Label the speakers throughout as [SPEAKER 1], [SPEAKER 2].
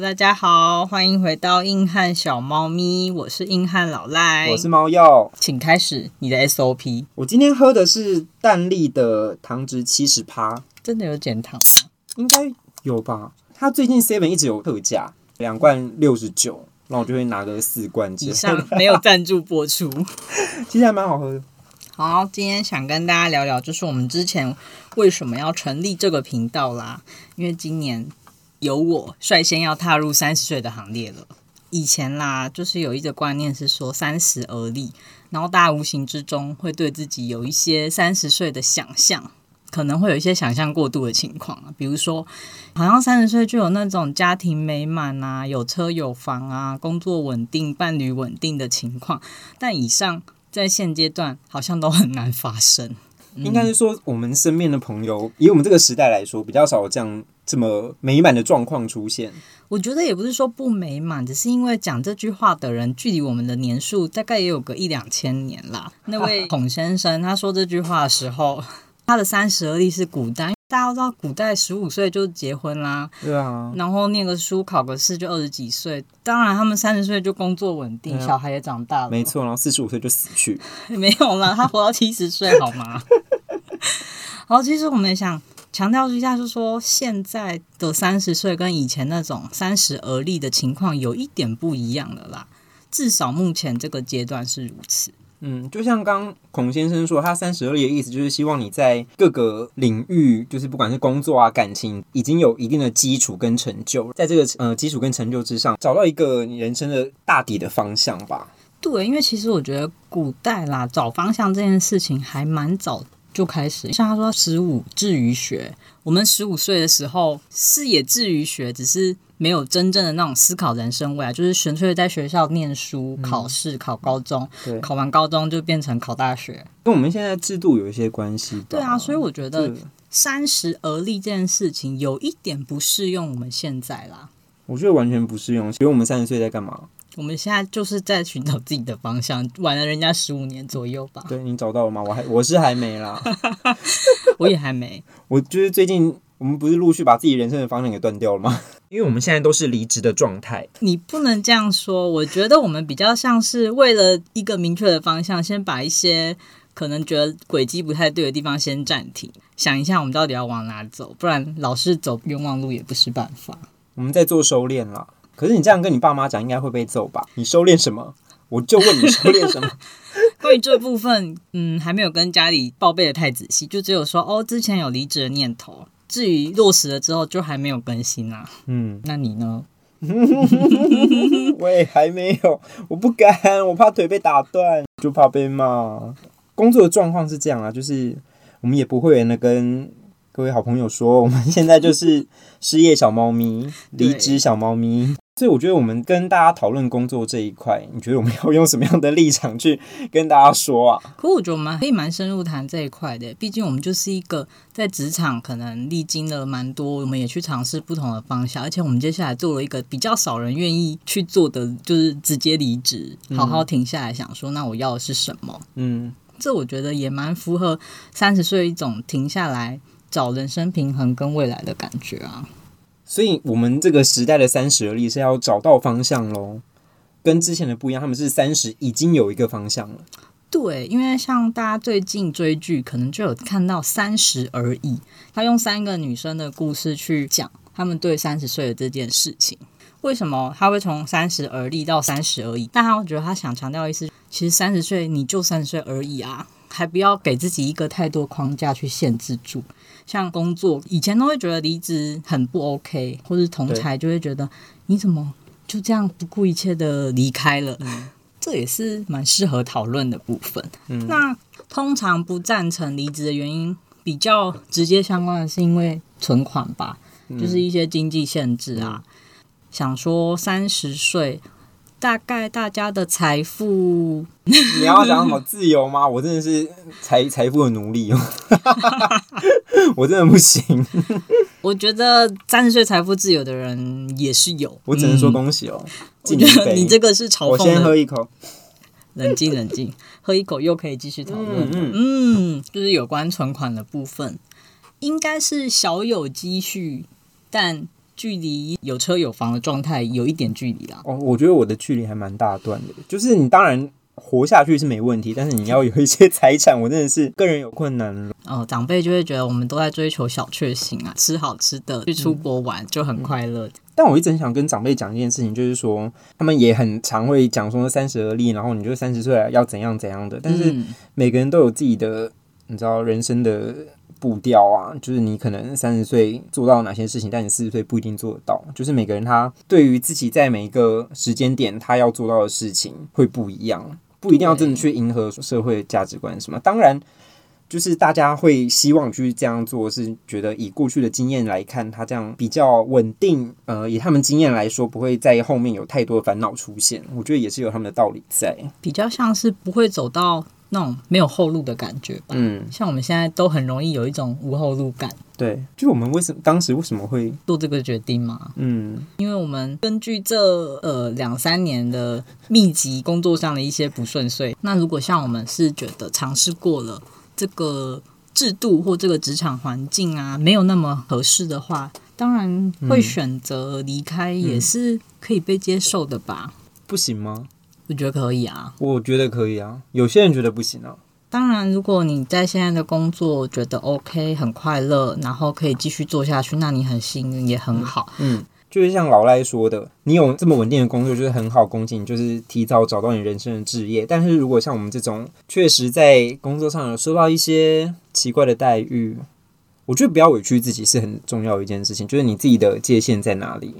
[SPEAKER 1] 大家好，欢迎回到硬汉小猫咪，我是硬汉老赖，
[SPEAKER 2] 我是猫药。
[SPEAKER 1] 请开始你的 SOP。
[SPEAKER 2] 我今天喝的是蛋力的糖值七十趴，
[SPEAKER 1] 真的有减糖吗？
[SPEAKER 2] 应该有吧？它最近 Seven 一直有特价，两罐六十九，那我就会拿个四罐之
[SPEAKER 1] 以
[SPEAKER 2] 类的。
[SPEAKER 1] 上没有赞助播出。
[SPEAKER 2] 其实还蛮好喝的。
[SPEAKER 1] 好，今天想跟大家聊聊，就是我们之前为什么要成立这个频道啦？因为今年有我率先要踏入三十岁的行列了。以前啦，就是有一个观念是说三十而立，然后大家无形之中会对自己有一些三十岁的想象，可能会有一些想象过度的情况啊，比如说好像三十岁就有那种家庭美满啊、有车有房啊、工作稳定、伴侣稳定的情况，但以上在现阶段好像都很难发生。
[SPEAKER 2] 应该是说，我们身边的朋友，以我们这个时代来说，比较少有这样这么美满的状况 出现。
[SPEAKER 1] 我觉得也不是说不美满，只是因为讲这句话的人距离我们的年数大概也有个一两千年啦。那位孔先生他说这句话的时候，他的三十而立是古代，大家都知道古代十五岁就结婚啦，
[SPEAKER 2] 对啊，
[SPEAKER 1] 然后念个书考个试就二十几岁，当然他们三十岁就工作稳定，
[SPEAKER 2] 对啊
[SPEAKER 1] 小孩也长大了，
[SPEAKER 2] 没错。然后四十五岁就死去，
[SPEAKER 1] 没有啦，他活到七十岁好吗？ 好，其实我们也想强调一下，就是说现在的三十岁跟以前那种三十而立的情况有一点不一样了啦，至少目前这个阶段是如此。
[SPEAKER 2] 嗯，就像刚孔先生说，他三十而立的意思就是希望你在各个领域，就是不管是工作啊、感情，已经有一定的基础跟成就，在这个呃基础跟成就之上，找到一个你人生的大底的方向吧。
[SPEAKER 1] 对，因为其实我觉得古代啦，找方向这件事情还蛮早就开始。像他说十五至于学，我们十五岁的时候是也至于学，只是没有真正的那种思考人生未来，就是纯粹在学校念书、考试、考高中，
[SPEAKER 2] 嗯对
[SPEAKER 1] 考完高中就变成考大学。
[SPEAKER 2] 跟我们现在制度有一些关系吧。
[SPEAKER 1] 对啊，所以我觉得
[SPEAKER 2] 对
[SPEAKER 1] 三十而立这件事情有一点不适用我们现在啦。
[SPEAKER 2] 我觉得完全不适用。比如我们三十岁在干嘛？
[SPEAKER 1] 我们现在就是在寻找自己的方向，晚了人家十五年左右吧，
[SPEAKER 2] 对你找到了吗？我还我是还 没啦。
[SPEAKER 1] 我也还没。
[SPEAKER 2] 我就是最近我们不是陆续把自己人生的方向给断掉了吗？ 因为我们现在都是离职的状态。
[SPEAKER 1] 你不能这样说，我觉得我们比较像是为了一个明确的方向，先把一些可能觉得轨迹不太对的地方先暂停，想一下我们到底要往哪走，不然老是走冤枉路也不是办法。
[SPEAKER 2] 我们在做收敛啦。可是你这样跟你爸妈讲，应该会被揍吧？你收敛什么？我就问你收敛什么？
[SPEAKER 1] 关于这部分，嗯，还没有跟家里报备的太仔细，就只有说哦，之前有离职的念头，至于落实了之后，就还没有更新啦、
[SPEAKER 2] 嗯，
[SPEAKER 1] 那你呢？
[SPEAKER 2] 我也还没有，我不敢，我怕腿被打断，就怕被骂。工作的状况是这样啊，就是我们也不会呢跟各位好朋友说，我们现在就是失业小猫咪、
[SPEAKER 1] 对
[SPEAKER 2] 离职小猫咪。所以我觉得我们跟大家讨论工作这一块，你觉得我们要用什么样的立场去跟大家说啊？
[SPEAKER 1] 可我觉得我们可以蛮深入谈这一块的，毕竟我们就是一个在职场可能历经了蛮多，我们也去尝试不同的方向，而且我们接下来做了一个比较少人愿意去做的，就是直接离职，好好停下来想说，那我要的是什么？
[SPEAKER 2] 嗯，
[SPEAKER 1] 这我觉得也蛮符合三十岁一种停下来找人生平衡跟未来的感觉啊。
[SPEAKER 2] 所以我们这个时代的三十而立是要找到方向喽，跟之前的不一样，他们是三十已经有一个方向了。
[SPEAKER 1] 对，因为像大家最近追剧，可能就有看到《三十而已》，他用三个女生的故事去讲她们对三十岁的这件事情。为什么他会从三十而立到三十而已？但他我觉得他想强调的意思，其实三十岁你就三十岁而已啊，还不要给自己一个太多框架去限制住。像工作以前都会觉得离职很不 OK，或是同才就会觉得你怎么就这样不顾一切的离开了？这也是蛮适合讨论的部分。
[SPEAKER 2] 嗯
[SPEAKER 1] 那通常不赞成离职的原因，比较直接相关的是因为存款吧，
[SPEAKER 2] 嗯
[SPEAKER 1] 就是一些经济限制啊。想说三十岁，大概大家的财富
[SPEAKER 2] 你要讲什么自由吗？我真的是财财富的奴隶哦， 我真的不行，
[SPEAKER 1] 我觉得三十岁财富自由的人也是有，
[SPEAKER 2] 我只能说
[SPEAKER 1] 嗯
[SPEAKER 2] 恭喜哦。
[SPEAKER 1] 我
[SPEAKER 2] 敬一
[SPEAKER 1] 觉得
[SPEAKER 2] 杯，
[SPEAKER 1] 你这个是嘲
[SPEAKER 2] 我
[SPEAKER 1] 讽
[SPEAKER 2] 先
[SPEAKER 1] 的，
[SPEAKER 2] 喝一口。
[SPEAKER 1] 冷静冷静，喝一口又可以继续讨论
[SPEAKER 2] 嗯。嗯，
[SPEAKER 1] 嗯，就是有关存款的部分，应该是小有积蓄，但距离有车有房的状态有一点距离啦。
[SPEAKER 2] 哦，我觉得我的距离还蛮大段的，就是你当然活下去是没问题，但是你要有一些财产，我真的是个人有困难了。
[SPEAKER 1] 哦，长辈就会觉得我们都在追求小确幸啊，吃好吃的，去出国
[SPEAKER 2] 嗯
[SPEAKER 1] 玩就很快乐。
[SPEAKER 2] 但我一直很想跟长辈讲一件事情，就是说他们也很常会讲说三十而立，然后你就三十岁了要怎样怎样的，但是
[SPEAKER 1] 嗯
[SPEAKER 2] 每个人都有自己的，你知道人生的。步调啊，就是你可能三十岁做到哪些事情，但你四十岁不一定做得到。就是每个人他对于自己在每一个时间点他要做到的事情会不一样，不一定要真的去迎合社会价值观什么。当然，就是大家会希望去这样做，是觉得以过去的经验来看，他这样比较稳定。呃，以他们经验来说，不会在后面有太多的烦恼出现。我觉得也是有他们的道理在。
[SPEAKER 1] 比较像是不会走到那种没有后路的感觉吧。
[SPEAKER 2] 嗯，
[SPEAKER 1] 像我们现在都很容易有一种无后路感，
[SPEAKER 2] 对，就我们为什么当时为什么会
[SPEAKER 1] 做这个决定嘛，
[SPEAKER 2] 嗯
[SPEAKER 1] 因为我们根据这呃两三年的密集工作上的一些不顺遂，那如果像我们是觉得尝试过了这个制度或这个职场环境啊，没有那么合适的话，当然会选择离开，也是可以被接受的吧。
[SPEAKER 2] 不行吗？
[SPEAKER 1] 我觉得可以啊，
[SPEAKER 2] 我觉得可以啊，有些人觉得不行啊。
[SPEAKER 1] 当然，如果你在现在的工作觉得 OK，很快乐，然后可以继续做下去，那你很幸运，也很好。
[SPEAKER 2] 嗯，就是像老赖说的，你有这么稳定的工作，就是很好恭喜你，就是提早找到你人生的置业。但是如果像我们这种，确实在工作上有受到一些奇怪的待遇，我觉得不要委屈自己是很重要的一件事情，就是你自己的界限在哪里。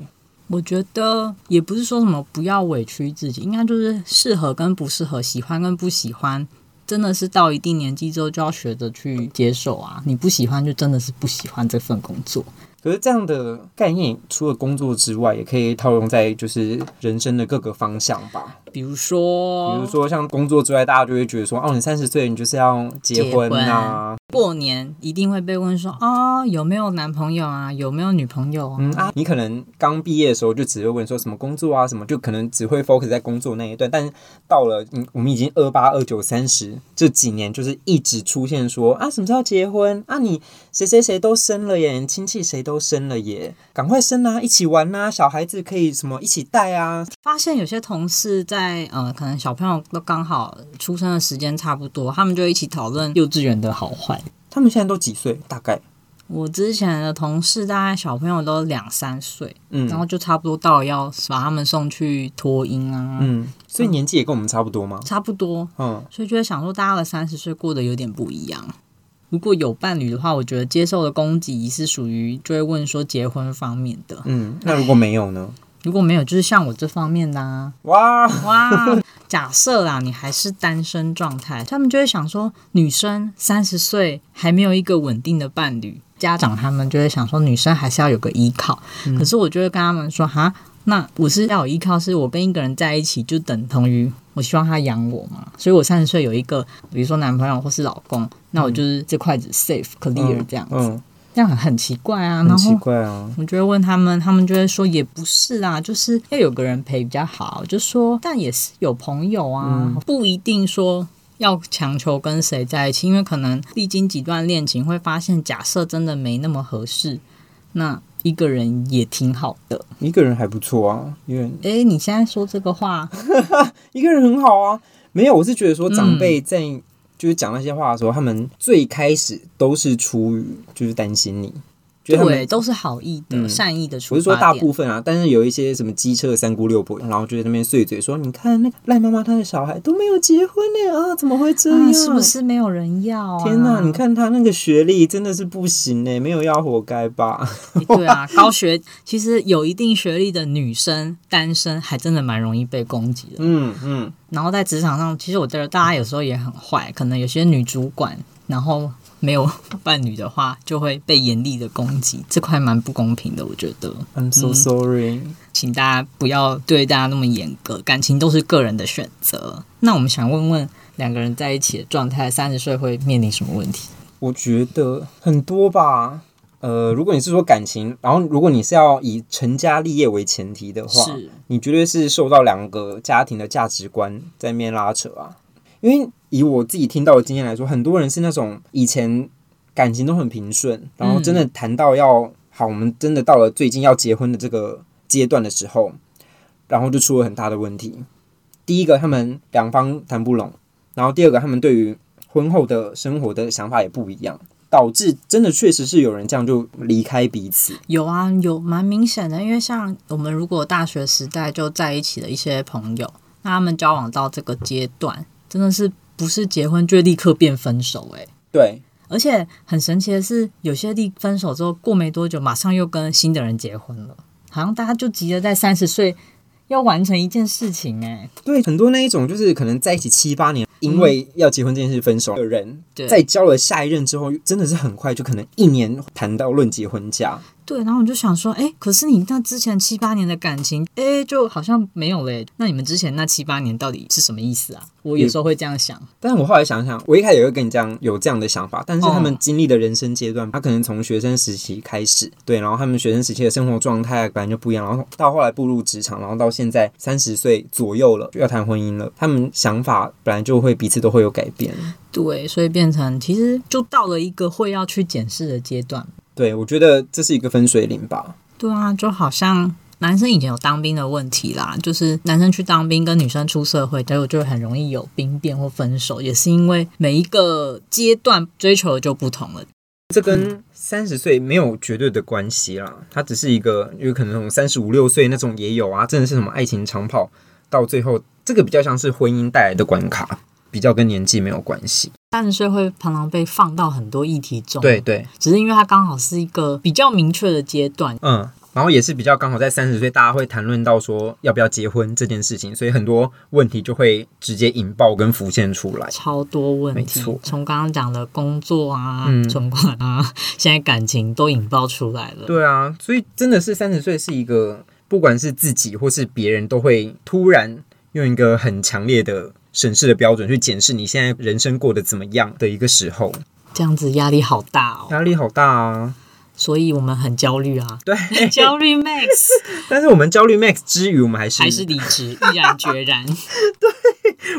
[SPEAKER 1] 我觉得也不是说什么不要委屈自己，应该就是适合跟不适合，喜欢跟不喜欢，真的是到一定年纪之后就要学着去接受啊。你不喜欢就真的是不喜欢这份工作，
[SPEAKER 2] 可是这样的概念，除了工作之外，也可以套用在就是人生的各个方向吧。
[SPEAKER 1] 比如说，
[SPEAKER 2] 比如说像工作之外，大家就会觉得说，哦，你三十岁你就是要结婚啊呐、
[SPEAKER 1] 过年一定会被问说啊、有没有男朋友啊，有没有女朋友啊？
[SPEAKER 2] 嗯啊，你可能刚毕业的时候就只会问说什么工作啊，什么就可能只会 focus 在工作那一段，但到了嗯，我们已经二八、二九、三十这几年，就是一直出现说啊，什么时候结婚啊？你谁谁谁都生了耶，你亲戚谁都生了耶，赶快生啊，一起玩啊，小孩子可以什么一起带啊，
[SPEAKER 1] 发现有些同事在呃，可能小朋友都刚好出生的时间差不多，他们就一起讨论幼稚园的好坏。
[SPEAKER 2] 他们现在都几岁？大概
[SPEAKER 1] 我之前的同事大概小朋友都两三岁，
[SPEAKER 2] 嗯
[SPEAKER 1] 然后就差不多到要把他们送去托婴啊，
[SPEAKER 2] 嗯，所以年纪也跟我们差不多吗？
[SPEAKER 1] 差不多，
[SPEAKER 2] 嗯，
[SPEAKER 1] 所以就会想说大家的三十岁过得有点不一样。如果有伴侣的话，我觉得接受的攻击是属于就会问说结婚方面的，
[SPEAKER 2] 嗯，那如果没有呢？
[SPEAKER 1] 如果没有就是像我这方面的啊，
[SPEAKER 2] 哇，
[SPEAKER 1] 哇，假设啦，你还是单身状态，他们就会想说，女生三十岁还没有一个稳定的伴侣，家长他们就会想说，女生还是要有个依靠。
[SPEAKER 2] 嗯
[SPEAKER 1] 可是我就会跟他们说，哈，那我是要有依靠，是我跟一个人在一起就等同于。我希望他养我嘛，所以我三十岁有一个，比如说男朋友或是老公，那我就是这块子 safe clear 这样，
[SPEAKER 2] 嗯，
[SPEAKER 1] 这样很很奇怪啊。
[SPEAKER 2] 很
[SPEAKER 1] 然
[SPEAKER 2] 奇
[SPEAKER 1] 后
[SPEAKER 2] 怪啊，
[SPEAKER 1] 我就会问他们，他们就会说也不是啊，就是要有个人陪比较好。我就说，但也是有朋友啊，
[SPEAKER 2] 嗯
[SPEAKER 1] 不一定说要强求跟谁在一起，因为可能历经几段恋情，会发现假设真的没那么合适，那一个人也挺好的。
[SPEAKER 2] 一个人还不错啊，因为
[SPEAKER 1] 诶，你现在说这个话，
[SPEAKER 2] 一个人很好啊。没有，我是觉得说长辈在就是讲那些话的时候，他们最开始都是出于就是担心你，就是他
[SPEAKER 1] 对，
[SPEAKER 2] 们。
[SPEAKER 1] 都是好意的、
[SPEAKER 2] 嗯
[SPEAKER 1] 善意的出
[SPEAKER 2] 我是说
[SPEAKER 1] 发
[SPEAKER 2] 大
[SPEAKER 1] 点。
[SPEAKER 2] 部分啊，但是有一些什么机车三姑六婆，然后就在那边碎嘴说：“你看那个赖妈妈她的小孩都没有结婚呢、啊，怎么会这样？
[SPEAKER 1] 啊，是不是没有人要啊？
[SPEAKER 2] 天哪、你看她那个学历真的是不行呢、没有要活该吧？
[SPEAKER 1] 诶对啊，高学其实有一定学历的女生单身，还真的蛮容易被攻击的。
[SPEAKER 2] 嗯嗯，
[SPEAKER 1] 然后在职场上，其实我觉得大家有时候也很坏，可能有些女主管，然后没有 伴侣的话，就会被严厉的攻击，这块蛮不公平的，我觉得，
[SPEAKER 2] I'm so sorry。
[SPEAKER 1] 请大家不要对大家那么严格，感情都是个人的选择。那我们想问问，两个人在一起的状态，三十岁会面临什么问题？
[SPEAKER 2] 我觉得很多吧。呃，如果你是说感情，然后如果你是要以成家立业为前提的话，
[SPEAKER 1] 是
[SPEAKER 2] 你绝对是受到两个家庭的价值观在面拉扯啊。因为以我自己听到的经验来说，很多人是那种以前感情都很平顺，然后真的谈到要好，我们真的到了最近要结婚的这个阶段的时候，然后就出了很大的问题。第一个，他们两方谈不拢；然后第二个，他们对于婚后的生活的想法也不一样，导致真的确实是有人这样就离开彼此。
[SPEAKER 1] 有啊，有蛮明显的，因为像我们如果大学时代就在一起的一些朋友，那他们交往到这个阶段，真的是不是结婚就立刻变分手、欸？诶，
[SPEAKER 2] 对，
[SPEAKER 1] 而且很神奇的是，有些地分手之后过没多久，马上又跟新的人结婚了，好像大家就急着在三十岁要完成一件事情、欸，哎，
[SPEAKER 2] 对，很多那一种就是可能在一起七八年，因为要结婚这件事分手的人，
[SPEAKER 1] 对
[SPEAKER 2] 在交了下一任之后，真的是很快就可能一年谈到论结婚价。
[SPEAKER 1] 对，然后我就想说，哎、可是你那之前七八年的感情，哎、就好像没有嘞、那你们之前那七八年到底是什么意思啊？我有时候会这样想，
[SPEAKER 2] 但我后来想想，我一开始也会跟你这样有这样的想法，但是他们
[SPEAKER 1] 哦
[SPEAKER 2] 经历的人生阶段，他可能从学生时期开始，对，然后他们学生时期的生活状态本来就不一样，然后到后来步入职场，然后到现在三十岁左右了，要谈婚姻了，他们想法本来就会彼此都会有改变。
[SPEAKER 1] 对，所以变成其实就到了一个会要去检视的阶段。
[SPEAKER 2] 对，我觉得这是一个分水岭吧。
[SPEAKER 1] 对啊，就好像男生以前有当兵的问题啦，就是男生去当兵跟女生出社会，结果就很容易有兵变或分手，也是因为每一个阶段追求的就不同了。
[SPEAKER 2] 这跟三十岁没有绝对的关系啦，它只是一个有可能从三十五六岁那种也有啊，真的是什么爱情长跑，到最后这个比较像是婚姻带来的关卡，比较跟年纪没有关系。
[SPEAKER 1] 三十岁会常常被放到很多议题中，
[SPEAKER 2] 对，对，
[SPEAKER 1] 只是因为它刚好是一个比较明确的阶段，
[SPEAKER 2] 嗯，然后也是比较刚好在三十岁，大家会谈论到说要不要结婚这件事情，所以很多问题就会直接引爆跟浮现出来。
[SPEAKER 1] 超多问
[SPEAKER 2] 没
[SPEAKER 1] 题
[SPEAKER 2] 错，
[SPEAKER 1] 从刚刚讲的工作啊、
[SPEAKER 2] 嗯
[SPEAKER 1] 存款啊， 现在感情都引爆出来了。
[SPEAKER 2] 对啊，所以真的是三十岁是一个，不管是自己或是别人，都会突然用一个很强烈的审视的标准去检视你现在人生过得怎么样的一个时候，
[SPEAKER 1] 这样子压力好大哦，
[SPEAKER 2] 压力好大啊。
[SPEAKER 1] 所以我们很焦虑啊，
[SPEAKER 2] 对，
[SPEAKER 1] 焦虑 max
[SPEAKER 2] 但是我们焦虑 max 之余，我们还是
[SPEAKER 1] 还是离职，毅然决然。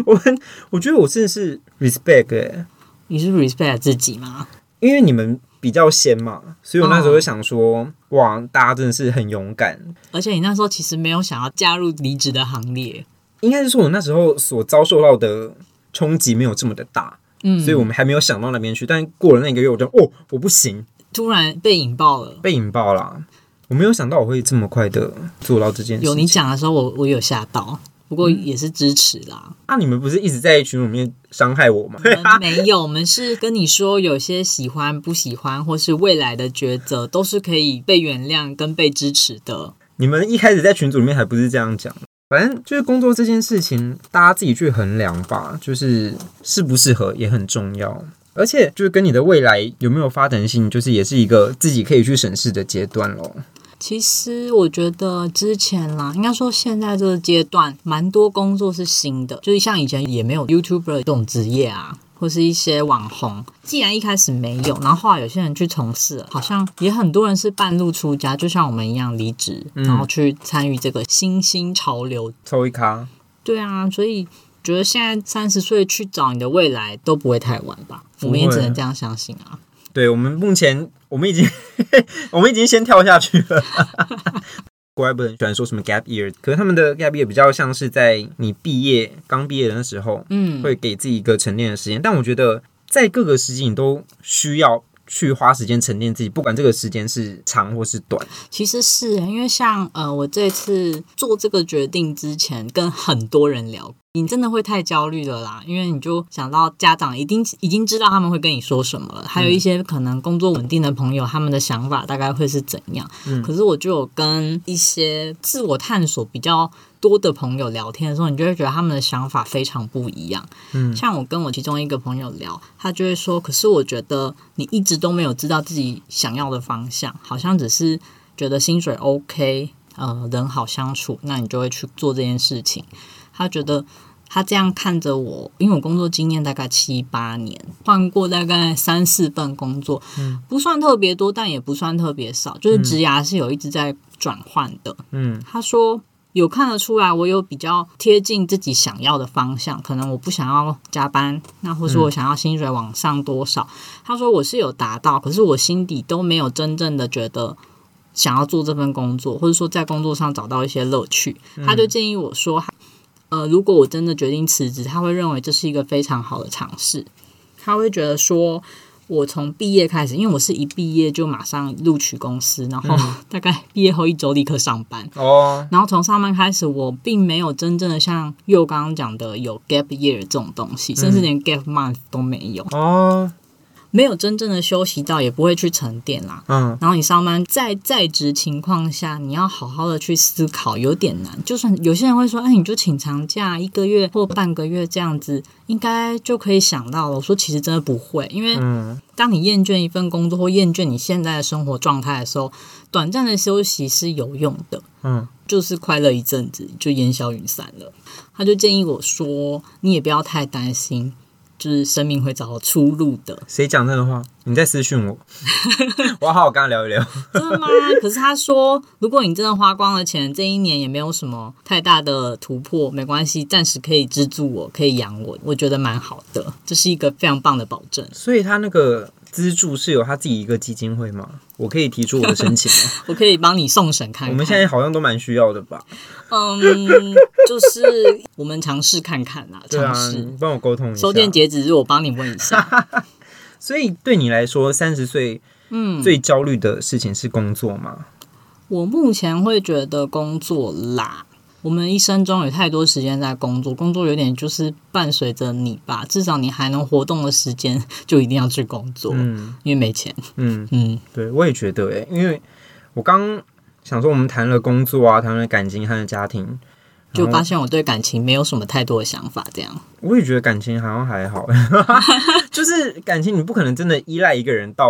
[SPEAKER 2] 我们，我觉得我真的是 respect 哎、
[SPEAKER 1] 你是 respect 自己吗？
[SPEAKER 2] 因为你们比较先嘛，所以我那时候就想说，
[SPEAKER 1] 嗯
[SPEAKER 2] 哇，大家真的是很勇敢。
[SPEAKER 1] 而且你那时候其实没有想要加入离职的行列，
[SPEAKER 2] 应该是说我那时候所遭受到的冲击没有这么的大，
[SPEAKER 1] 嗯，
[SPEAKER 2] 所以我们还没有想到那边去。但过了那个月，我就哦，我不行，
[SPEAKER 1] 突然被引爆了。
[SPEAKER 2] 被引爆啦。我没有想到我会这么快的做到这件事情。
[SPEAKER 1] 有你讲的时候我，我有吓到，不过也是支持 啦。
[SPEAKER 2] 啊，你们不是一直在群里面伤害我吗？
[SPEAKER 1] 我们没有，我们是跟你说，有些喜欢、不喜欢，或是未来的抉择，都是可以被原谅跟被支持的。
[SPEAKER 2] 你们一开始在群组里面还不是这样讲，反正就是工作这件事情，大家自己去衡量吧，就是适不适合也很重要。而且就是跟你的未来有没有发展性，就是也是一个自己可以去审视的阶段咯。
[SPEAKER 1] 其实我觉得之前啦，应该说现在这个阶段，蛮多工作是新的，就是像以前也没有 YouTuber 这种职业啊，或是一些网红。既然一开始没有，然后后来有些人去从事了，好像也很多人是半路出家，就像我们一样离职，然
[SPEAKER 2] 嗯
[SPEAKER 1] 后去参与这个新兴潮流。
[SPEAKER 2] 抽一咖，
[SPEAKER 1] 对啊，所以觉得现在三十岁去找你的未来都不会太晚吧？我们也
[SPEAKER 2] 不会
[SPEAKER 1] 只能这样相信啊。
[SPEAKER 2] 对我们目前我们已经 我们已经先跳下去了。国外不是很喜欢说什么 gap year，可是他们的 gap year 比较像是在你毕业刚毕业的那时候，
[SPEAKER 1] 嗯，
[SPEAKER 2] 会给自己一个沉淀的时间。但我觉得在各个时期，你都需要去花时间沉淀自己，不管这个时间是长或是短。
[SPEAKER 1] 其实是因为像呃，我这次做这个决定之前，跟很多人聊，你真的会太焦虑了啦，因为你就想到家长一定已经知道他们会跟你说什么了，还有一些可能工作稳定的朋友，他们的想法大概会是怎样。可是我就有跟一些自我探索比较多的朋友聊天的时候，你就会觉得他们的想法非常不一样。
[SPEAKER 2] 嗯
[SPEAKER 1] 像我跟我其中一个朋友聊，他就会说：“可是我觉得你一直都没有知道自己想要的方向，好像只是觉得薪水 OK，呃，人好相处，那你就会去做这件事情。”他觉得他这样看着我，因为我工作经验大概七八年，换过大概三四份工作，不算特别多，但也不算特别少，就是职涯是有一直在转换的。
[SPEAKER 2] 嗯，
[SPEAKER 1] 他说有看得出来，我有比较贴近自己想要的方向，可能我不想要加班，那或是我想要薪水往上多少。他说我是有达到，可是我心底都没有真正的觉得想要做这份工作，或者说在工作上找到一些乐趣。他就建议我说，呃，如果我真的决定辞职，他会认为这是一个非常好的尝试。他会觉得说，我从毕业开始，因为我是一毕业就马上录取公司，然后 大概毕业后一周立刻上班。
[SPEAKER 2] 哦，
[SPEAKER 1] 然后从上班开始，我并没有真正的像佑刚刚讲的有 gap year 这种东西，甚至连 gap month 都没有，
[SPEAKER 2] 哦，
[SPEAKER 1] 没有真正的休息到，也不会去沉淀啦。
[SPEAKER 2] 嗯，
[SPEAKER 1] 然后你上班在在职情况下，你要好好的去思考，有点难。就算有些人会说，哎，你就请长假一个月或半个月这样子，应该就可以想到了。我说其实真的不会，因为
[SPEAKER 2] 嗯，
[SPEAKER 1] 当你厌倦一份工作或厌倦你现在的生活状态的时候，短暂的休息是有用的。
[SPEAKER 2] 嗯，
[SPEAKER 1] 就是快乐一阵子就烟消云散了。他就建议我说，你也不要太担心，就是生命会找到出路的。
[SPEAKER 2] 谁讲这个话？你在私讯我，我要好好跟他聊一聊。
[SPEAKER 1] 真的吗？可是他说，如果你真的花光了钱，这一年也没有什么太大的突破，没关系，暂时可以资助我，可以养我，我觉得蛮好的，这是一个非常棒的保证。
[SPEAKER 2] 所以他那个资助是有他自己一个基金会吗？我可以提出我的申请 吗？
[SPEAKER 1] 我可以帮你送审看看。
[SPEAKER 2] 我们现在好像都蛮需要的吧？
[SPEAKER 1] 嗯，就是我们尝试看看啦，
[SPEAKER 2] 对啊
[SPEAKER 1] 尝，试。
[SPEAKER 2] 你帮我沟通一下。
[SPEAKER 1] 收件截止日，我帮你问一 下。
[SPEAKER 2] 所以对你来说，三十岁，嗯，最焦虑的事情是工作吗？
[SPEAKER 1] 我目前会觉得工作啦，我们一生中有太多时间在工作，工作有点就是伴随着你吧，至少你还能活动的时间就一定要去工作，
[SPEAKER 2] 嗯
[SPEAKER 1] 因为没钱。
[SPEAKER 2] 嗯，
[SPEAKER 1] 嗯，
[SPEAKER 2] 对，我也觉得诶、因为我刚想说，我们谈了工作啊，谈了感情，谈了家庭，
[SPEAKER 1] 就发现我对感情没有什么太多的想法，这样。
[SPEAKER 2] 我也觉得感情好像还 好，就是感情你不可能真的依赖一个人到，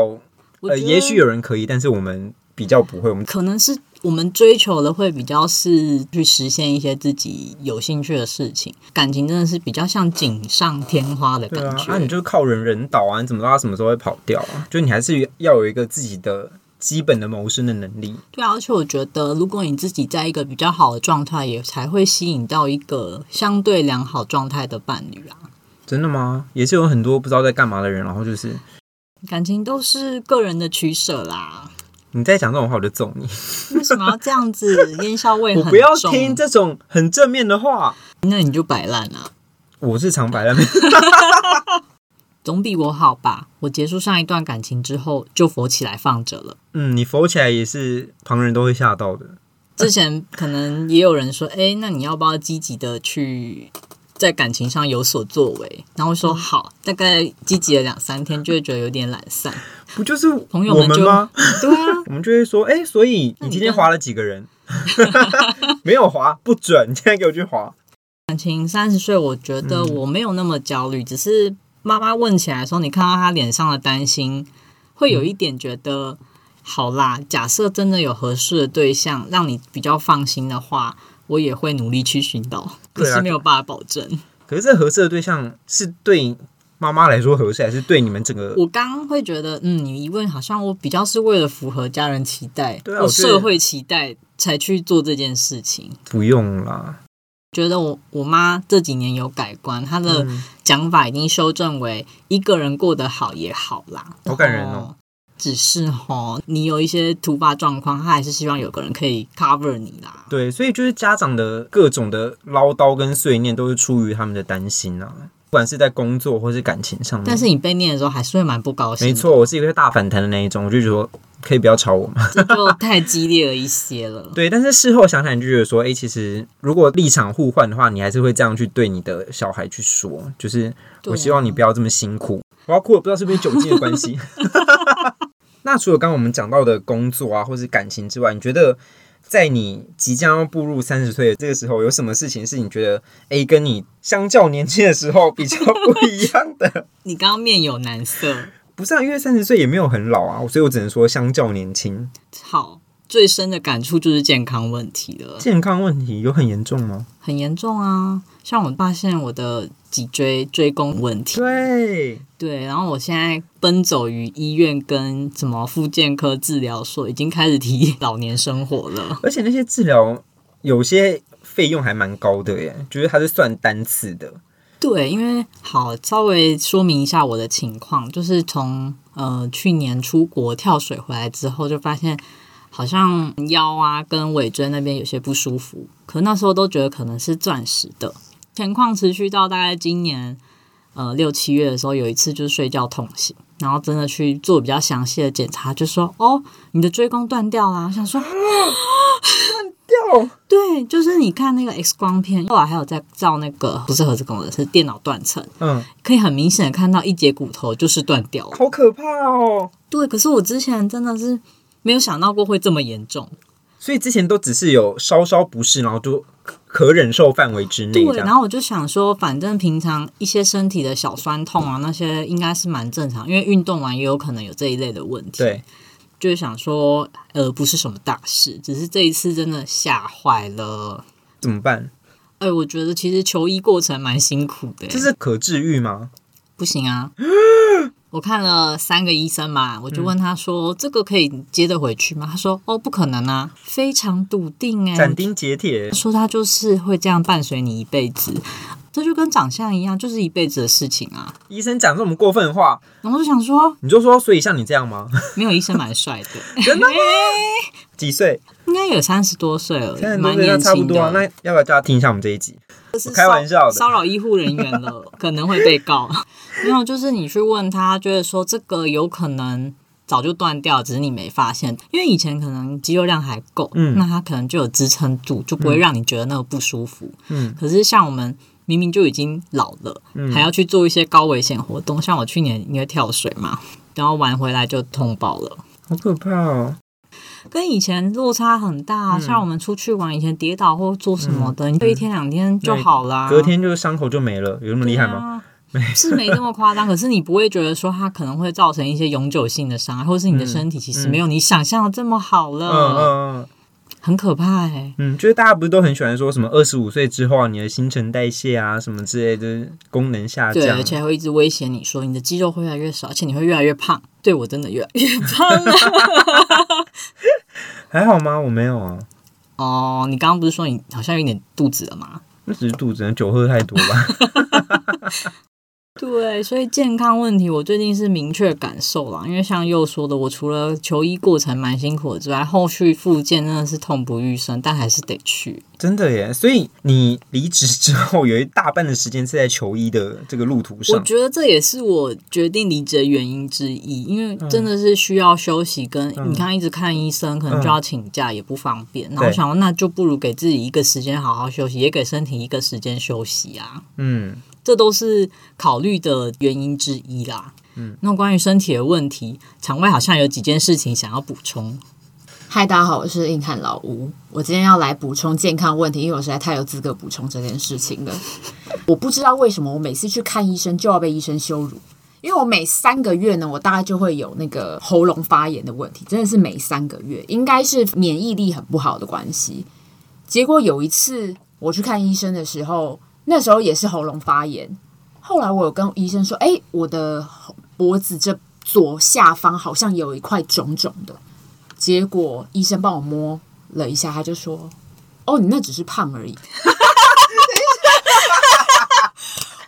[SPEAKER 1] 我觉
[SPEAKER 2] 呃，
[SPEAKER 1] 得
[SPEAKER 2] 也许有人可以，但是我们比较不会，我们
[SPEAKER 1] 可能是我们追求的会比较是去实现一些自己有兴趣的事情，感情真的是比较像锦上添花的
[SPEAKER 2] 对
[SPEAKER 1] 感
[SPEAKER 2] 啊，
[SPEAKER 1] 觉。
[SPEAKER 2] 那、你就是靠人人导啊，你怎么知道他什么时候会跑掉啊？就你还是要有一个自己的基本的谋生的能力。
[SPEAKER 1] 对啊，而且我觉得，如果你自己在一个比较好的状态，也才会吸引到一个相对良好状态的伴侣啊。
[SPEAKER 2] 真的吗？也是有很多不知道在干嘛的人，然后就是
[SPEAKER 1] 感情都是个人的取舍啦，
[SPEAKER 2] 你再讲这种话，我就揍你！
[SPEAKER 1] 为什么要这样子？烟消味
[SPEAKER 2] 我
[SPEAKER 1] 很重，
[SPEAKER 2] 不要听这种很正面的话。
[SPEAKER 1] 那你就摆烂啊，
[SPEAKER 2] 我是长白烂，
[SPEAKER 1] 总比我好吧？我结束上一段感情之后，就佛起来放着了。
[SPEAKER 2] 嗯，你否起来也是旁人都会吓到的。
[SPEAKER 1] 之前可能也有人说，哎、那你要不要积极的去在感情上有所作为？然后
[SPEAKER 2] 嗯
[SPEAKER 1] 说好，大概积极了两三天，就会觉得有点懒散。
[SPEAKER 2] 不就是
[SPEAKER 1] 朋友
[SPEAKER 2] 我
[SPEAKER 1] 们
[SPEAKER 2] 们
[SPEAKER 1] 就
[SPEAKER 2] 吗？
[SPEAKER 1] 对啊， 嗯
[SPEAKER 2] 我们就会说，哎、所以
[SPEAKER 1] 那
[SPEAKER 2] 你
[SPEAKER 1] 你
[SPEAKER 2] 今天
[SPEAKER 1] 跟
[SPEAKER 2] 划了几个人？ 没有划，不准！你现在给我去划。
[SPEAKER 1] 感情三十岁，我觉得我没有那么焦虑，只是妈妈问起来的时候，你看到她脸上的担心，会有一点觉得，好啦，假设真的有合适的对象，让你比较放心的话，我也会努力去寻到，可
[SPEAKER 2] 对啊
[SPEAKER 1] 是没有办法保证。
[SPEAKER 2] 可是这合适的对象是对妈妈来说合适，还是对你们整个？
[SPEAKER 1] 我刚刚会觉得，嗯，你一问，好像我比较是为了符合家人期待，
[SPEAKER 2] 对啊
[SPEAKER 1] 或
[SPEAKER 2] 我觉得
[SPEAKER 1] 社会期待才去做这件事情。
[SPEAKER 2] 不用啦。
[SPEAKER 1] 觉得我我妈这几年有改观，她的
[SPEAKER 2] 嗯
[SPEAKER 1] 讲法已经修正为一个人过得好也好啦，
[SPEAKER 2] 好感人哦
[SPEAKER 1] 然后。只是吼，你有一些突发状况，她还是希望有个人可以 cover 你啦。
[SPEAKER 2] 对，所以就是家长的各种的唠叨跟碎念，都是出于他们的担心啊，不管是在工作或是感情上面。
[SPEAKER 1] 但是你被念的时候，还是会蛮不高兴。
[SPEAKER 2] 嗯没，错，我是一个大反弹的那一种，我就觉得说可以不要吵我嘛。
[SPEAKER 1] 这就太激烈了一些了。
[SPEAKER 2] 对，但是事后想想，你就觉得说，哎、其实如果立场互换的话，你还是会这样去对你的小孩去说，就是
[SPEAKER 1] 对啊
[SPEAKER 2] 我希望你不要这么辛苦。我要哭了，不知道是不是酒精的关系。 那除了刚刚我们讲到的工作啊，或是感情之外，你觉得在你即将要步入三十岁的这个时候，有什么事情是你觉得哎、诶跟你相较年轻的时候比较不一样的？
[SPEAKER 1] 你刚刚面有难色。
[SPEAKER 2] 不是啊，因为三十岁也没有很老啊，所以我只能说相较年轻。
[SPEAKER 1] 好，最深的感触就是健康问题了。
[SPEAKER 2] 健康问题有很严重吗？
[SPEAKER 1] 很严重啊！像我发现我的脊椎椎弓问题，
[SPEAKER 2] 对，
[SPEAKER 1] 对，然后我现在奔走于医院跟什么复健科治疗所，已经开始体 老年生活了。
[SPEAKER 2] 而且那些治疗有些费用还蛮高的耶，就是它是算单次的。
[SPEAKER 1] 对，因为好稍微说明一下我的情况，就是从呃去年出国跳水回来之后，就发现好像腰啊跟尾椎那边有些不舒服，可那时候都觉得可能是钻石的。情况持续到大概今年呃六七月的时候，有一次就是睡觉痛醒，然后真的去做比较详细的检查，就说哦，你的椎弓断掉啦。我想说，
[SPEAKER 2] 掉
[SPEAKER 1] 对，就是你看那个 X 光片，后来还有在照那个不是核磁共振，是电脑断层，
[SPEAKER 2] 嗯，
[SPEAKER 1] 可以很明显的看到一节骨头就是断掉了。
[SPEAKER 2] 好可怕哦！
[SPEAKER 1] 对，可是我之前真的是没有想到过会这么严重。
[SPEAKER 2] 所以之前都只是有稍稍不适，然后就可可忍受范围之内这
[SPEAKER 1] 对，
[SPEAKER 2] 样。
[SPEAKER 1] 然后我就想说，反正平常一些身体的小酸痛啊，那些应该是蛮正常，因为运动完也有可能有这一类的问题。，
[SPEAKER 2] 对，
[SPEAKER 1] 就是想说，呃，不是什么大事，只是这一次真的吓坏了。
[SPEAKER 2] 怎么办？
[SPEAKER 1] 哎，我觉得其实求医过程蛮辛苦的，欸
[SPEAKER 2] 这是可治愈吗？
[SPEAKER 1] 不行 啊。我看了三个医生嘛，我就问他说：“这个可以接得回去吗？”他说：“哦，不可能啊，非常笃定哎、
[SPEAKER 2] 斩钉截铁，
[SPEAKER 1] 说他就是会这样伴随你一辈子，这就跟长相一样，就是一辈子的事情啊。
[SPEAKER 2] 医生讲这么过分的话，
[SPEAKER 1] 然后就想说，
[SPEAKER 2] 你就说，所以像你这样吗？
[SPEAKER 1] 没有医生蛮帅的，
[SPEAKER 2] 真的吗？几岁？
[SPEAKER 1] 应该有三十多岁了
[SPEAKER 2] 现在，
[SPEAKER 1] 蛮
[SPEAKER 2] 都那
[SPEAKER 1] 年
[SPEAKER 2] 差不
[SPEAKER 1] 轻
[SPEAKER 2] 多啊。那
[SPEAKER 1] 的。
[SPEAKER 2] 要不要叫他听一下我们这一集？
[SPEAKER 1] 就是
[SPEAKER 2] 我开玩
[SPEAKER 1] 骚
[SPEAKER 2] 笑 的
[SPEAKER 1] 骚扰医护人员了， 可能会被告。没有，就是你去问他，觉得说这个有可能早就断掉，只是你没发现，因为以前可能肌肉量还够，
[SPEAKER 2] 嗯
[SPEAKER 1] 那他可能就有支撑住，就不会让你觉得那个不舒服。
[SPEAKER 2] 嗯，
[SPEAKER 1] 可是像我们明明就已经老了，
[SPEAKER 2] 嗯
[SPEAKER 1] 还要去做一些高危险活动，像我去年因为跳水嘛，然后玩回来就痛爆了。
[SPEAKER 2] 好可怕哦！
[SPEAKER 1] 跟以前落差很
[SPEAKER 2] 嗯
[SPEAKER 1] 大，像我们出去玩，以前跌倒或做什么的，你就一天两天就好啦。
[SPEAKER 2] 隔天就是伤口就没了，有那么厉害吗？
[SPEAKER 1] 对啊？是没这么夸 张，可是你不会觉得说它可能会造成一些永久性的伤害，或是你的身体其实没有你想象的这么好了，
[SPEAKER 2] 嗯嗯嗯
[SPEAKER 1] 很可怕哎、
[SPEAKER 2] 嗯，就是大家不是都很喜欢说什么二十五岁之后啊，你的新陈代谢啊什么之类的功能下
[SPEAKER 1] 对，
[SPEAKER 2] 降
[SPEAKER 1] 而，且还会一直威胁你说你的肌肉会越来越少，而且你会越来越胖。对我真的越来越胖啊了。
[SPEAKER 2] 还好吗？我没有啊，
[SPEAKER 1] 哦，你刚刚不是说你好像有点肚子了吗？
[SPEAKER 2] 那只是肚子，酒喝太多 吧。
[SPEAKER 1] 对，所以健康问题我最近是明确感受啦，因为像又说的，我除了求医过程蛮辛苦的之外，后续复健真的是痛不欲生，但还是得去。
[SPEAKER 2] 真的耶，所以你离职之后有一大半的时间是在求医的这个路途
[SPEAKER 1] 我
[SPEAKER 2] 上，
[SPEAKER 1] 觉得这也是我决定离职的原因之一，因为真的是需要休息跟，
[SPEAKER 2] 嗯
[SPEAKER 1] 你看一直看医生，可能就要请假，也不方便。然后
[SPEAKER 2] 对
[SPEAKER 1] 想说，那就不如给自己一个时间好好休息，也给身体一个时间休息啊，
[SPEAKER 2] 嗯，
[SPEAKER 1] 这都是考虑的原因之一啦。嗯，那关于身体的问题，场外好像有几件事情想要补充。
[SPEAKER 3] 嗨，大家好，我是硬汉老吴。我今天要来补充健康问题，因为我实在太有资格补充这件事情了。 我不知道为什么我每次去看医生就要被医生羞辱，因为我每三个月呢，我大概就会有那个喉咙发炎的问题，真的是每三个月，应该是免疫力很不好的关系。结果有一次我去看医生的时候，那时候也是喉咙发炎，后来我有跟医生说，哎、我的脖子这左下方好像有一块肿肿的。结果医生帮我摸了一下，他就说：“哦，你那只是胖而已。”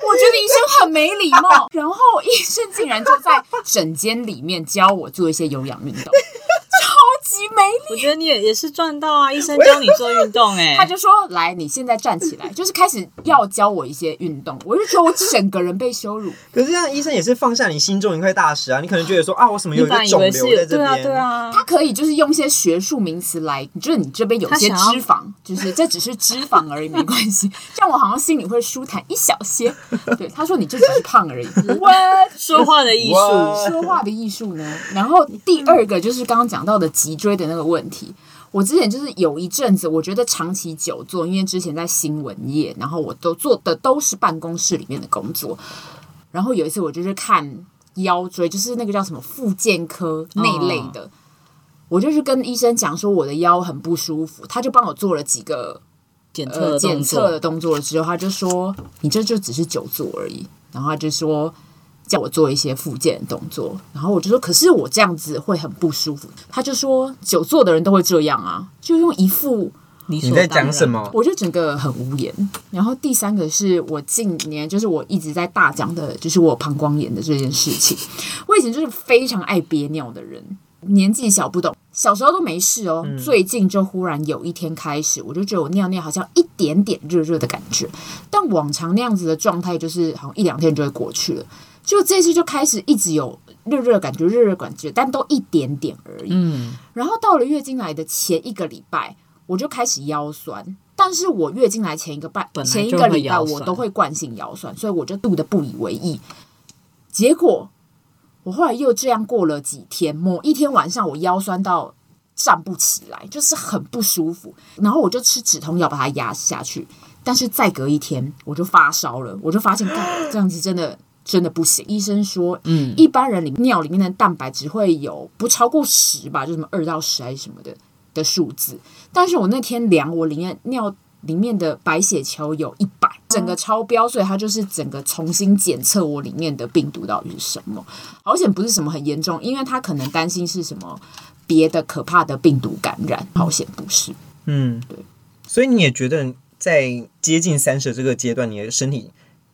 [SPEAKER 3] 我觉得医生很没礼貌， 然后医生竟然就在诊间里面教我做一些有氧运动， 超级没
[SPEAKER 1] 我
[SPEAKER 3] 礼
[SPEAKER 1] 觉得你也也是赚到啊，医生教你做运动、欸，
[SPEAKER 3] 他就说：“来，你现在站起来。”就是开始要教我一些运动，我就觉得我整个人被羞辱。
[SPEAKER 2] 可是这样医生也是放下你心中一块大石啊，你可能觉得说啊，我什么
[SPEAKER 1] 你
[SPEAKER 2] 有一
[SPEAKER 1] 本来
[SPEAKER 2] 个
[SPEAKER 1] 以
[SPEAKER 2] 肿
[SPEAKER 1] 为
[SPEAKER 2] 瘤
[SPEAKER 1] 是有
[SPEAKER 2] 在
[SPEAKER 1] 对
[SPEAKER 2] 这边，
[SPEAKER 1] 啊对啊，
[SPEAKER 3] 他可以就是用一些学术名词来，就是你这边有些
[SPEAKER 1] 他想要
[SPEAKER 3] 脂肪，就是这只是脂肪而已，没关 系。这样我好像心里会舒坦一小些。对，他说你这只是胖 而已。What？
[SPEAKER 1] 说话的艺术
[SPEAKER 2] 哇。
[SPEAKER 3] 说话的艺术呢？然后第二个就是刚刚讲到的脊椎的那个问题。我之前就是有一阵子，我觉得长期久坐，因为之前在新闻业，然后我都做的都是办公室里面的工作。然后有一次我就是看腰椎，就是那个叫什么复健科那类的，我就去跟医生讲说我的腰很不舒服，他就帮我做了几个
[SPEAKER 1] 检测
[SPEAKER 3] 呃
[SPEAKER 1] 的
[SPEAKER 3] 检
[SPEAKER 1] 动
[SPEAKER 3] 测
[SPEAKER 1] 作
[SPEAKER 3] 的，动作了之后，他就说你这就只是久坐而已，然后他就说叫我做一些复健的动作，然后我就说可是我这样子会很不舒服，他就说久坐的人都会这样啊，就用一副
[SPEAKER 1] 你
[SPEAKER 2] 你在讲什？么？
[SPEAKER 3] 我就整个很无言。然后第三个是我近年就是我一直在大讲的，就是我有膀胱炎的这件事情。我以前就是非常爱憋尿的人，年纪小不懂，小时候都没事哦，最近就忽然有一天开始，我就觉得我尿尿好像一点点热热的感觉，但往常那样子的状态就是好像一两天就会过去了，就这次就开始一直有热热的感觉，热热的感觉，但都一点点而已。
[SPEAKER 1] 嗯，
[SPEAKER 3] 然后到了月经来的前一个礼拜，我就开始腰酸。但是我月经来前一个半
[SPEAKER 1] 本来
[SPEAKER 3] 前一
[SPEAKER 1] 就
[SPEAKER 3] 个
[SPEAKER 1] 会
[SPEAKER 3] 礼拜
[SPEAKER 1] 腰
[SPEAKER 3] 我
[SPEAKER 1] 酸
[SPEAKER 3] 都会惯性腰酸，所以我就度的不以为意。结果我后来又这样过了几天，某一天晚上我腰酸到站不起来，就是很不舒服。然后我就吃止痛药把它压下去，但是再隔一天我就发烧了，我就发现干这样子真的真的不行。医生说，
[SPEAKER 1] 嗯
[SPEAKER 3] 一般人里尿里面的蛋白只会有不超过十吧，就什么二到十还是什么的的数字。但是我那天量我里面尿里面的白血球有一百，整个超标，所以它就是整个重新检测我里面的病毒到底是什么。好险不是什么很严重，因为他可能担心是什么别的可怕的病毒感染，好险不是。
[SPEAKER 2] 嗯，
[SPEAKER 3] 对。
[SPEAKER 2] 所以你也觉得在接近三十这个阶段，你的身体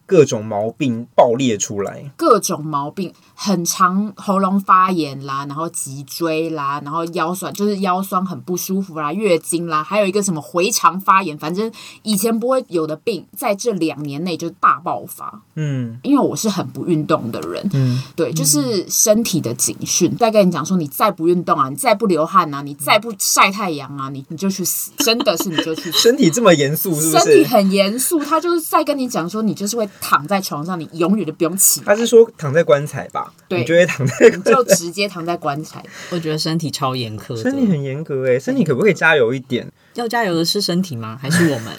[SPEAKER 2] 各种毛病爆裂出来，
[SPEAKER 3] 各种毛病，很常喉咙发炎啦，然后脊椎啦，然后腰酸，就是腰酸很不舒服啦，月经啦，还有一个什么回肠发炎，反正以前不会有的病，在这两年内就大爆发。
[SPEAKER 2] 嗯
[SPEAKER 3] 因为我是很不运动的人，
[SPEAKER 2] 嗯，
[SPEAKER 3] 对，就是身体的警讯在跟你讲说，你再不运动啊，你再不流汗啊，你再不晒太阳啊，你你就去死，真的是你就去死。
[SPEAKER 2] 身体这么严肃 是不
[SPEAKER 3] 身体
[SPEAKER 2] 是？
[SPEAKER 3] 很严肃，他就是在跟你讲说，你就是会躺在床上，你永远都不用起来
[SPEAKER 2] 他是说躺在棺材吧？
[SPEAKER 3] 对
[SPEAKER 2] 你就会躺在 棺材。
[SPEAKER 3] 就直接躺在棺材。
[SPEAKER 1] 我觉得身体超严苛
[SPEAKER 2] 身体
[SPEAKER 1] 的。
[SPEAKER 2] 很严格哎，身体可不可以加油一点？
[SPEAKER 1] 要加油的是身体吗？还是我 们？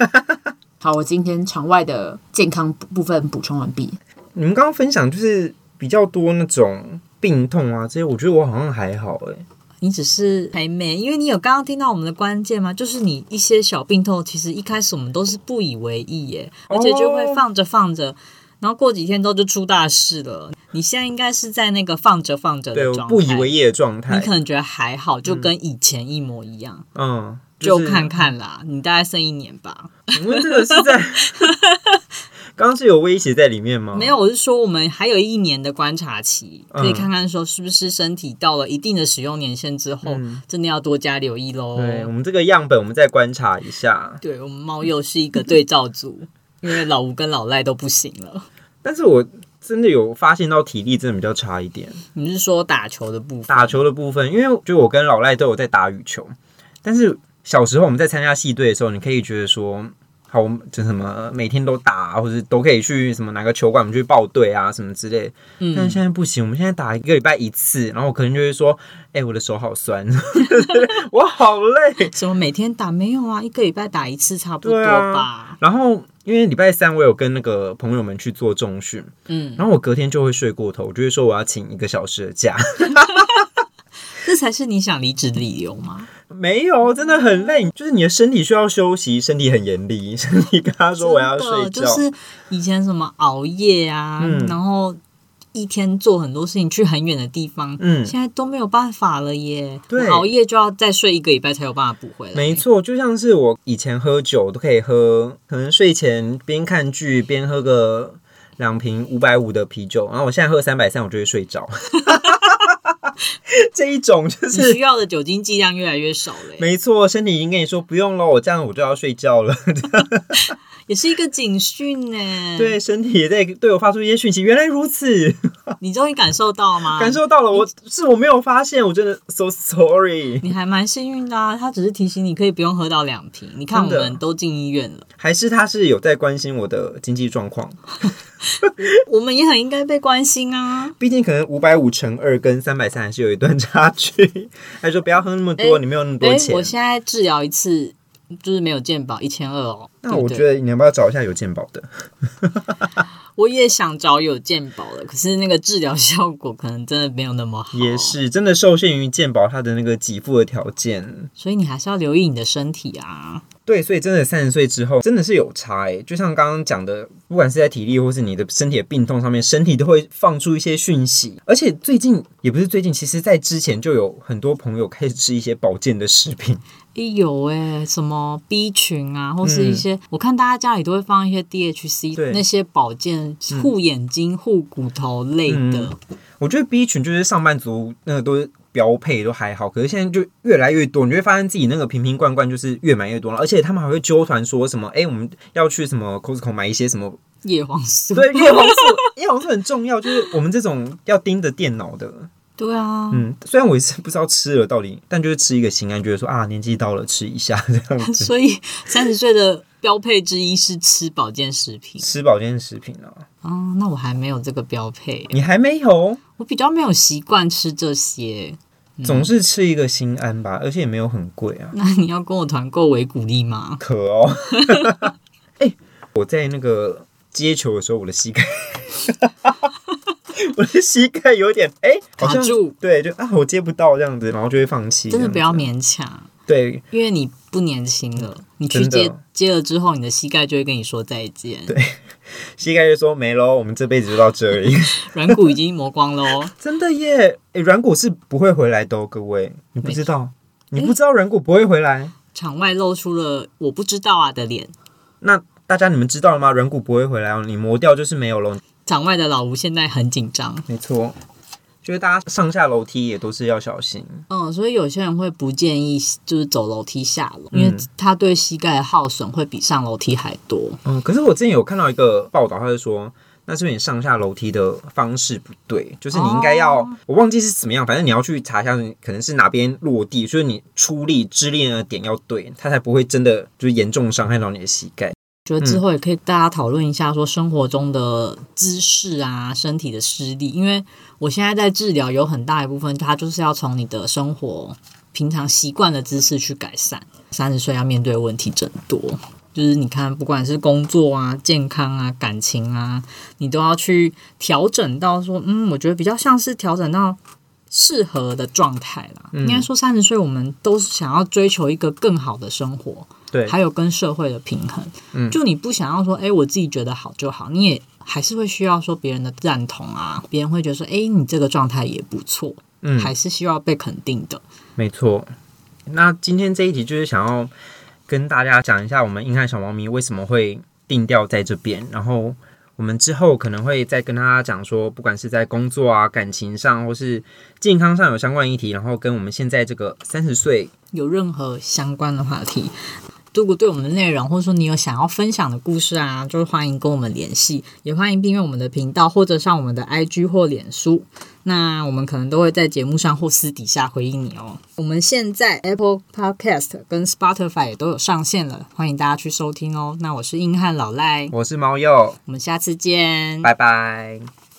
[SPEAKER 3] 好，我今天场外的健康部分补充完毕。
[SPEAKER 2] 你们刚刚分享就是比较多那种病痛啊这些，我觉得我好像还好哎。
[SPEAKER 1] 你只是还没，因为你有刚刚听到我们的关键吗？就是你一些小病痛，其实一开始我们都是不以为意耶，而且就会放着放着，然后过几天之后就出大事了。你现在应该是在那个放着放着
[SPEAKER 2] 对，
[SPEAKER 1] 的
[SPEAKER 2] 我
[SPEAKER 1] 状态，
[SPEAKER 2] 不以为意的嗯状
[SPEAKER 1] 你
[SPEAKER 2] 态
[SPEAKER 1] 可，能觉得还好，就跟以前一模一样，
[SPEAKER 2] 嗯，
[SPEAKER 1] 就是看看啦。你大概剩一年吧，
[SPEAKER 2] 你们这个是 在，刚刚是有威胁在里面吗？
[SPEAKER 1] 没有，我是说我们还有一年的观察期，
[SPEAKER 2] 嗯
[SPEAKER 1] 可以看看说是不是身体到了一定的使用年限之后，
[SPEAKER 2] 嗯
[SPEAKER 1] 真的要多加留意喽。
[SPEAKER 2] 对我们这个样本，我们再观察一下。
[SPEAKER 1] 对我们猫又是一个对照组，因为老吴跟老赖都不行了。
[SPEAKER 2] 但是我真的有发现到体力真的比较差一点，
[SPEAKER 1] 你是说打球的部分？
[SPEAKER 2] 打球的部分，因为就我跟老赖都有在打羽球，但是小时候我们在参加系队的时候，你可以觉得说。好，我们就什么每天都打，或者都可以去什么哪个球馆，我们去报队啊，什么之类的。但是
[SPEAKER 1] 嗯，
[SPEAKER 2] 现在不行，我们现在打一个礼拜一次，然后我可能就会说，哎、我的手好酸， 我好累。
[SPEAKER 1] 什么每天打没有啊？一个礼拜打一次差不多
[SPEAKER 2] 对啊
[SPEAKER 1] 吧。
[SPEAKER 2] 然后因为礼拜三我有跟那个朋友们去做重训，
[SPEAKER 1] 嗯，
[SPEAKER 2] 然后我隔天就会睡过头，我就会说我要请一个小时的假。
[SPEAKER 1] 这才是你想离职的理由吗？
[SPEAKER 2] 没有，真的很累，就是你的身体需要休息，身体很严厉， 身体跟他说我要睡
[SPEAKER 1] 真的
[SPEAKER 2] 觉。
[SPEAKER 1] 就是以前什么熬夜啊，
[SPEAKER 2] 嗯
[SPEAKER 1] 然后一天做很多事情，去很远的地方，
[SPEAKER 2] 嗯
[SPEAKER 1] 现在都没有办法了耶。
[SPEAKER 2] 对
[SPEAKER 1] 我熬夜就要再睡一个礼拜才有办法补回来。
[SPEAKER 2] 没错，就像是我以前喝酒都可以喝，可能睡前边看剧边喝个两瓶五百五的啤酒，然后我现在喝三百三，我就会睡着。 这一种就
[SPEAKER 1] 你
[SPEAKER 2] 是
[SPEAKER 1] 需要的酒精剂量越来越少了耶，
[SPEAKER 2] 没错，身体已经跟你说不用了，我这样我就要睡觉了。
[SPEAKER 1] 嗯也是一个警讯呢。
[SPEAKER 2] 对，身体也在对我发出一些讯息，原来如此，
[SPEAKER 1] 你终于感受到吗？
[SPEAKER 2] 感受到了，我是我没有发现，我真的 so sorry。
[SPEAKER 1] 你还蛮幸运的啊，他只是提醒你可以不用喝到两瓶。你看我
[SPEAKER 2] 真的
[SPEAKER 1] 们都进医院了，
[SPEAKER 2] 还是他是有在关心我的经济状况，
[SPEAKER 1] 我们也很应该被关心啊。
[SPEAKER 2] 毕竟可能五百五乘二跟三百三还是有一段差距。他说不要喝那么多，
[SPEAKER 1] 哎
[SPEAKER 2] 你没有那么多
[SPEAKER 1] 哎，
[SPEAKER 2] 钱
[SPEAKER 1] 我。现在治疗一次就是没有健保一千二哦。
[SPEAKER 2] 那我
[SPEAKER 1] 对不对
[SPEAKER 2] 觉得你要不要找一下有健保的？
[SPEAKER 1] 我也想找有健保的，可是那个治疗效果可能真的没有那么好。
[SPEAKER 2] 也，是真的受限于健保它的那个给付的条件。
[SPEAKER 1] 所以你还是要留意你的身体啊。
[SPEAKER 2] 对，所以真的三十岁之后真的是有差诶、就像刚刚讲的，不管是在体力或是你的身体的病痛上面，身体都会放出一些讯息。而且最近也不是最近，其实在之前就有很多朋友开始吃一些保健的食品。
[SPEAKER 1] 诶，有诶，哎什么 B 群啊，或是一些、我看大家家里都会放一些 DHC
[SPEAKER 2] 嗯对嗯
[SPEAKER 1] 那些保健护眼睛、护骨头类的。
[SPEAKER 2] 嗯我觉得 B 群就是上班族，那个都标配都还好，可是现在就越来越多，你就会发现自己那个瓶瓶罐罐就是越买越多了，而且他们还会纠团说什么，哎、我们要去什么 Costco 买一些什么
[SPEAKER 1] 叶黄素，
[SPEAKER 2] 对，叶黄素，叶黄素很重要，就是我们这种要盯着电脑的，
[SPEAKER 1] 对啊，
[SPEAKER 2] 嗯，虽然我也是不知道吃了到底，但就是吃一个心安，觉得说啊，年纪到了吃一下 这样子，
[SPEAKER 1] 所以三十岁的标配之一是吃保健食品
[SPEAKER 2] 吃保健食品啊，
[SPEAKER 1] 啊。那我还没有这个标配，
[SPEAKER 2] 你还没有，
[SPEAKER 1] 我比较没有习惯吃这些。
[SPEAKER 2] 总是吃一个心安吧，而且也没有很贵啊，
[SPEAKER 1] 那你要跟我团购维骨力吗？
[SPEAKER 2] 可哦， 哎、我在那个接球的时候，我的膝盖。我的膝盖有点哎、好
[SPEAKER 1] 卡
[SPEAKER 2] 像
[SPEAKER 1] 住
[SPEAKER 2] 对，就啊，我接不到这样子，然后就会放弃。
[SPEAKER 1] 真的不
[SPEAKER 2] 这样
[SPEAKER 1] 要勉强，
[SPEAKER 2] 子对，
[SPEAKER 1] 因为你不年轻了，你去
[SPEAKER 2] 真的
[SPEAKER 1] 接接了之后，你的膝盖就会跟你说再见，
[SPEAKER 2] 膝盖就说没喽，我们这辈子就到这 里。
[SPEAKER 1] 软骨已经磨光了哦。
[SPEAKER 2] 真的耶！诶，软骨是不会回来的、哦，各位，你不知道，你不知道软骨不会回来。
[SPEAKER 1] 场外露出了我不知道啊的脸。
[SPEAKER 2] 那大家你们知道了吗？软骨不会回来哦，你磨掉就是没有喽。
[SPEAKER 1] 场外的老吴现在很紧张，
[SPEAKER 2] 没错，就是大家上下楼梯也都是要小心。
[SPEAKER 1] 嗯，所以有些人会不建议就是走楼梯下楼，因为他对膝盖的耗损会比上楼梯还多。
[SPEAKER 2] 嗯，可是我之前有看到一个报道，他就说。那是不是你上下楼梯的方式不对，就是你应该要，我忘记是怎么样，反正你要去查一下，可能是哪边落地，就是你出力支力的点要对，它才不会真的就是严重伤害到你的膝盖。
[SPEAKER 1] 觉得之后也可以大家讨论一下，说生活中的姿势啊，身体的施力，因为我现在在治疗有很大一部分，它就是要从你的生活平常习惯的姿势去改善。三十岁要面对的问题真多，就是你看，不管是工作啊、健康啊、感情啊，你都要去调整到说，嗯，我觉得比较像是调整到适合的状态啦。应该说，三十岁我们都是想要追求一个更好的生活，
[SPEAKER 2] 对，
[SPEAKER 1] 还有跟社会的平衡。就你不想要说，哎、我自己觉得好就好，你也还是会需要说别人的赞同啊，别人会觉得说，哎、你这个状态也不错，
[SPEAKER 2] 嗯
[SPEAKER 1] 还是需要被肯定的。
[SPEAKER 2] 没错。那今天这一集就是想要跟大家讲一下，我们硬汉小猫咪为什么会定调在这边，然后我们之后可能会再跟大家讲说，不管是在工作啊、感情上，或是健康上有相关议题，然后跟我们现在这个三十岁，
[SPEAKER 1] 有任何相关的话题，如果对我们的内容，或者说你有想要分享的故事啊，就是欢迎跟我们联系，也欢迎订阅我们的频道，或者上我们的 IG 或脸书。那我们可能都会在节目上或私底下回应你哦。我们现在 Apple Podcast 跟 Spotify 也都有上线了，欢迎大家去收听哦。那我是硬汉老赖，
[SPEAKER 2] 我是猫鼬，
[SPEAKER 1] 我们下次见，
[SPEAKER 2] 拜拜。